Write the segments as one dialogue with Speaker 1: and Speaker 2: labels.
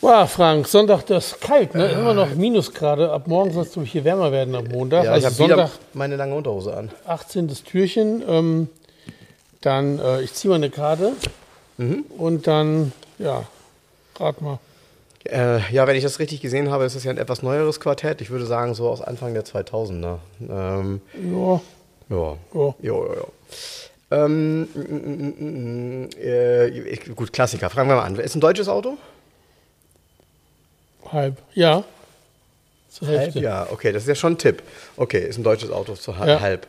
Speaker 1: Boah, Frank, Sonntag, das ist kalt, ne? Immer noch Minusgrade. Ab morgen soll es nämlich hier wärmer werden am Montag.
Speaker 2: Ja, ich
Speaker 1: also
Speaker 2: habe wieder
Speaker 1: Sonntag,
Speaker 2: meine lange Unterhose an.
Speaker 1: 18. das Türchen. Ähm, dann, äh, ich ziehe mal eine Karte.
Speaker 2: Mhm.
Speaker 1: Und dann, ja, rat mal.
Speaker 2: Äh, ja, wenn ich das richtig gesehen habe, ist es ja ein etwas neueres Quartett. Ich würde sagen, so aus Anfang der 2000er. Ähm, ja.
Speaker 1: Ja, ja.
Speaker 2: Jo, jo, jo. Ähm, m, m, m, m, äh, ich, gut, Klassiker. Fragen wir mal an. Ist ein deutsches Auto?
Speaker 1: halb. Ja. Zur Hälfte.
Speaker 2: Ja, okay, das ist ja schon ein Tipp. Okay, ist ein deutsches Auto zu ha-
Speaker 1: Ja.
Speaker 2: halb.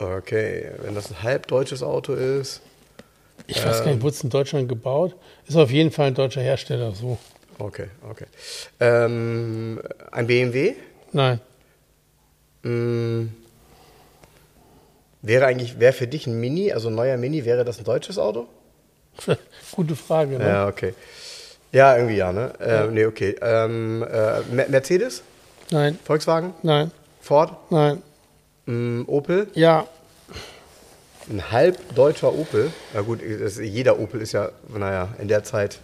Speaker 2: Okay, wenn das ein halb deutsches Auto ist.
Speaker 1: Ich weiß
Speaker 2: Ähm.
Speaker 1: gar nicht, wurde es in Deutschland gebaut? Ist auf jeden Fall ein deutscher Hersteller, so.
Speaker 2: Okay, okay. Ähm, ein BMW?
Speaker 1: Nein.
Speaker 2: Mm. Wäre eigentlich, wäre für dich ein Mini, also ein neuer Mini, wäre das ein deutsches Auto?
Speaker 1: Gute Frage, ne?
Speaker 2: Ja, okay. Ja, irgendwie ja, ne? Äh, nee, okay. Ähm, äh, Me- Mercedes,
Speaker 1: Nein,
Speaker 2: Volkswagen,
Speaker 1: nein,
Speaker 2: Ford,
Speaker 1: nein.
Speaker 2: mm, Opel,
Speaker 1: Ja,
Speaker 2: ein halb deutscher Opel. Na gut, das, jeder Opel ist ja, naja, in der Zeit,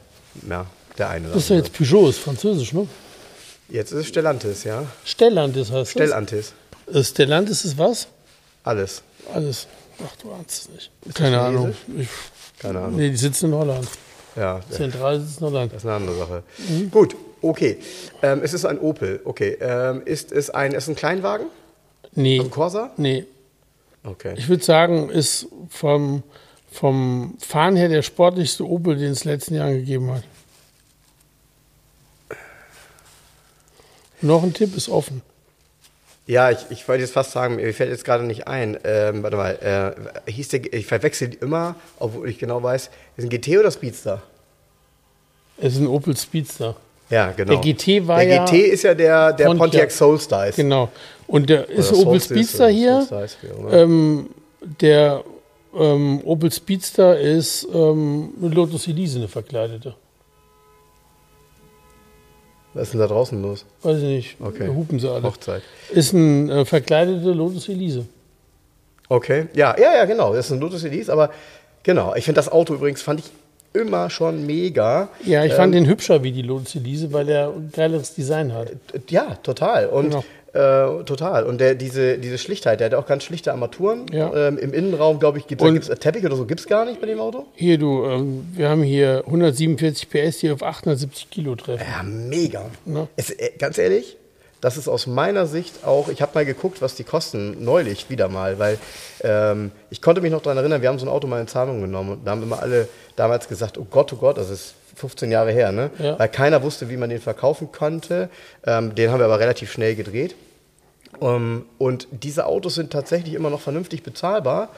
Speaker 2: ja, der eine. oder
Speaker 1: das ist ja
Speaker 2: andere.
Speaker 1: jetzt Peugeot, ist französisch, ne?
Speaker 2: Jetzt ist es Stellantis, ja?
Speaker 1: Stellantis heißt es.
Speaker 2: Stellantis,
Speaker 1: Äh, Stellantis ist was?
Speaker 2: alles.
Speaker 1: Alles. Ach, du ahnst es nicht.
Speaker 2: Ist
Speaker 1: Keine
Speaker 2: das
Speaker 1: Ahnung.
Speaker 2: Chinesisch?
Speaker 1: Ich,
Speaker 2: Keine Ahnung.
Speaker 1: nee, die sitzen in Holland.
Speaker 2: Ja,
Speaker 1: Zentral sitzen in Holland.
Speaker 2: Das ist eine andere Sache. Gut, okay. Ähm, es ist ein Opel, okay. Ähm, ist es ein, ist ein Kleinwagen?
Speaker 1: Nee.
Speaker 2: Ein Corsa?
Speaker 1: Nee.
Speaker 2: Okay.
Speaker 1: Ich würde sagen, ist vom, vom Fahren her der sportlichste Opel, den es in den letzten Jahren gegeben hat. Noch ein Tipp ist offen.
Speaker 2: Ja, ich, ich wollte jetzt fast sagen, mir fällt jetzt gerade nicht ein. Ähm, warte mal, äh, hieß der, ich verwechsel die immer, obwohl ich genau weiß, ist ein GT oder Speedster?
Speaker 1: Es ist ein Opel Speedster.
Speaker 2: Ja, genau.
Speaker 1: Der GT war
Speaker 2: Der
Speaker 1: ja-
Speaker 2: GT ist ja der, der
Speaker 1: Pontiac.
Speaker 2: Pontiac Soulstar. ist.
Speaker 1: Genau. Und der ist ein
Speaker 2: Oder
Speaker 1: Opel
Speaker 2: Solstice
Speaker 1: Speedster
Speaker 2: oder
Speaker 1: hier.
Speaker 2: Solstice, wie auch immer.
Speaker 1: Ähm, der ähm, Opel Speedster ist ähm, eine Lotus Elise, eine verkleidete.
Speaker 2: Was ist denn da draußen los?
Speaker 1: Weiß ich nicht.
Speaker 2: Okay.
Speaker 1: Hupen sie alle.
Speaker 2: Hochzeit.
Speaker 1: Ist ein äh, verkleidete Lotus Elise.
Speaker 2: Okay. Ja, ja, ja, genau. Das ist ein Lotus Elise, aber genau. Ich finde das Auto übrigens, fand ich immer schon mega.
Speaker 1: Ja, ich
Speaker 2: Ähm.
Speaker 1: fand den hübscher wie die Lotus Elise, weil er ein geileres Design hat.
Speaker 2: Ähm, Ja, total. Und
Speaker 1: Genau.
Speaker 2: äh, total. Und der, diese, diese Schlichtheit, der hat auch ganz schlichte Armaturen.
Speaker 1: Ja.
Speaker 2: Ähm, Im Innenraum, glaube ich, gibt
Speaker 1: Und-
Speaker 2: es Teppich oder so gibt es gar nicht bei dem Auto.
Speaker 1: Hier, du, ähm, wir haben hier 147 PS, die auf 870 Kilo treffen.
Speaker 2: Ja, mega.
Speaker 1: Ne?
Speaker 2: Es, äh, ganz ehrlich, das ist aus meiner Sicht auch, ich habe mal geguckt, was die kosten, neulich wieder mal, weil ähm, ich konnte mich noch daran erinnern, wir haben so ein Auto mal in Zahlung genommen und da haben immer alle damals gesagt, oh Gott, oh Gott, das ist 15 Jahre her, ne?
Speaker 1: Ja.
Speaker 2: weil keiner wusste, wie man den verkaufen konnte. Ähm, den haben wir aber relativ schnell gedreht. Ähm, und diese Autos sind tatsächlich immer noch vernünftig bezahlbar.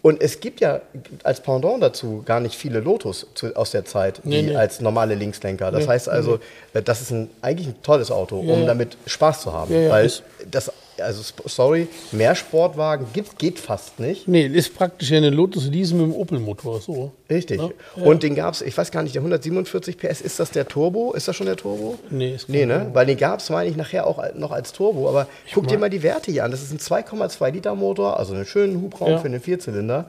Speaker 2: Und es gibt ja als Pendant dazu gar nicht viele Lotus zu, aus der Zeit,
Speaker 1: Nee,
Speaker 2: die
Speaker 1: nee.
Speaker 2: als normale Linkslenker. Das
Speaker 1: Nee,
Speaker 2: heißt also, äh, das ist ein, eigentlich ein tolles Auto,
Speaker 1: Ja,
Speaker 2: um
Speaker 1: ja.
Speaker 2: damit Spaß zu haben.
Speaker 1: Ja, ja,
Speaker 2: Weil
Speaker 1: ist-
Speaker 2: das, also sp- sorry, mehr Sportwagen gibt, geht fast nicht.
Speaker 1: Nee, ist praktisch ja eine Lotus Elise mit dem Opel-Motor. So.
Speaker 2: Richtig.
Speaker 1: Ne? Ja.
Speaker 2: Und den gab es, ich weiß gar nicht, der 147 PS, ist das der Turbo? Ist das schon der Turbo?
Speaker 1: Nee, ist kein
Speaker 2: nee ne?
Speaker 1: Turbo.
Speaker 2: Weil den gab es, meine ich, nachher auch al- noch als Turbo. Aber guck dir mal die Werte hier an. Das ist ein 2,2 Liter Motor, also einen schönen Hubraum
Speaker 1: Ja.
Speaker 2: für einen Vierzylinder.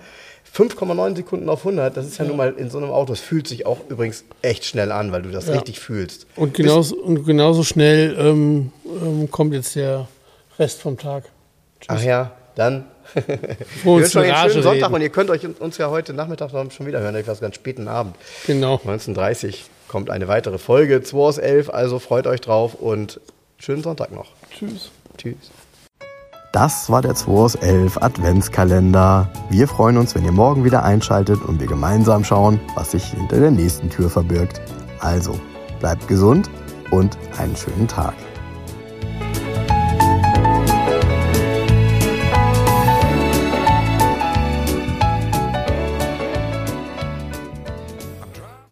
Speaker 2: 5,9 Sekunden auf 100, das ist ja, nun mal in so einem Auto. Es fühlt sich auch übrigens echt schnell an, weil du das
Speaker 1: Ja.
Speaker 2: richtig fühlst.
Speaker 1: Und genauso, und genauso schnell ähm, ähm, kommt jetzt der Rest vom Tag.
Speaker 2: Ach ja, dann. Wir
Speaker 1: Frohes
Speaker 2: wünschen euch einen
Speaker 1: Rage
Speaker 2: schönen Sonntag
Speaker 1: reden.
Speaker 2: und ihr könnt euch uns ja heute Nachmittag noch schon wieder hören, etwas ganz späten Abend.
Speaker 1: Genau.
Speaker 2: 19.30 kommt eine weitere Folge, 2 aus 11, also freut euch drauf und schönen Sonntag noch.
Speaker 1: Tschüss.
Speaker 2: Tschüss.
Speaker 3: Das war der 2 aus 11 Adventskalender. Wir freuen uns, wenn ihr morgen wieder einschaltet und wir gemeinsam schauen, was sich hinter der nächsten Tür verbirgt. Also, bleibt gesund und einen schönen Tag.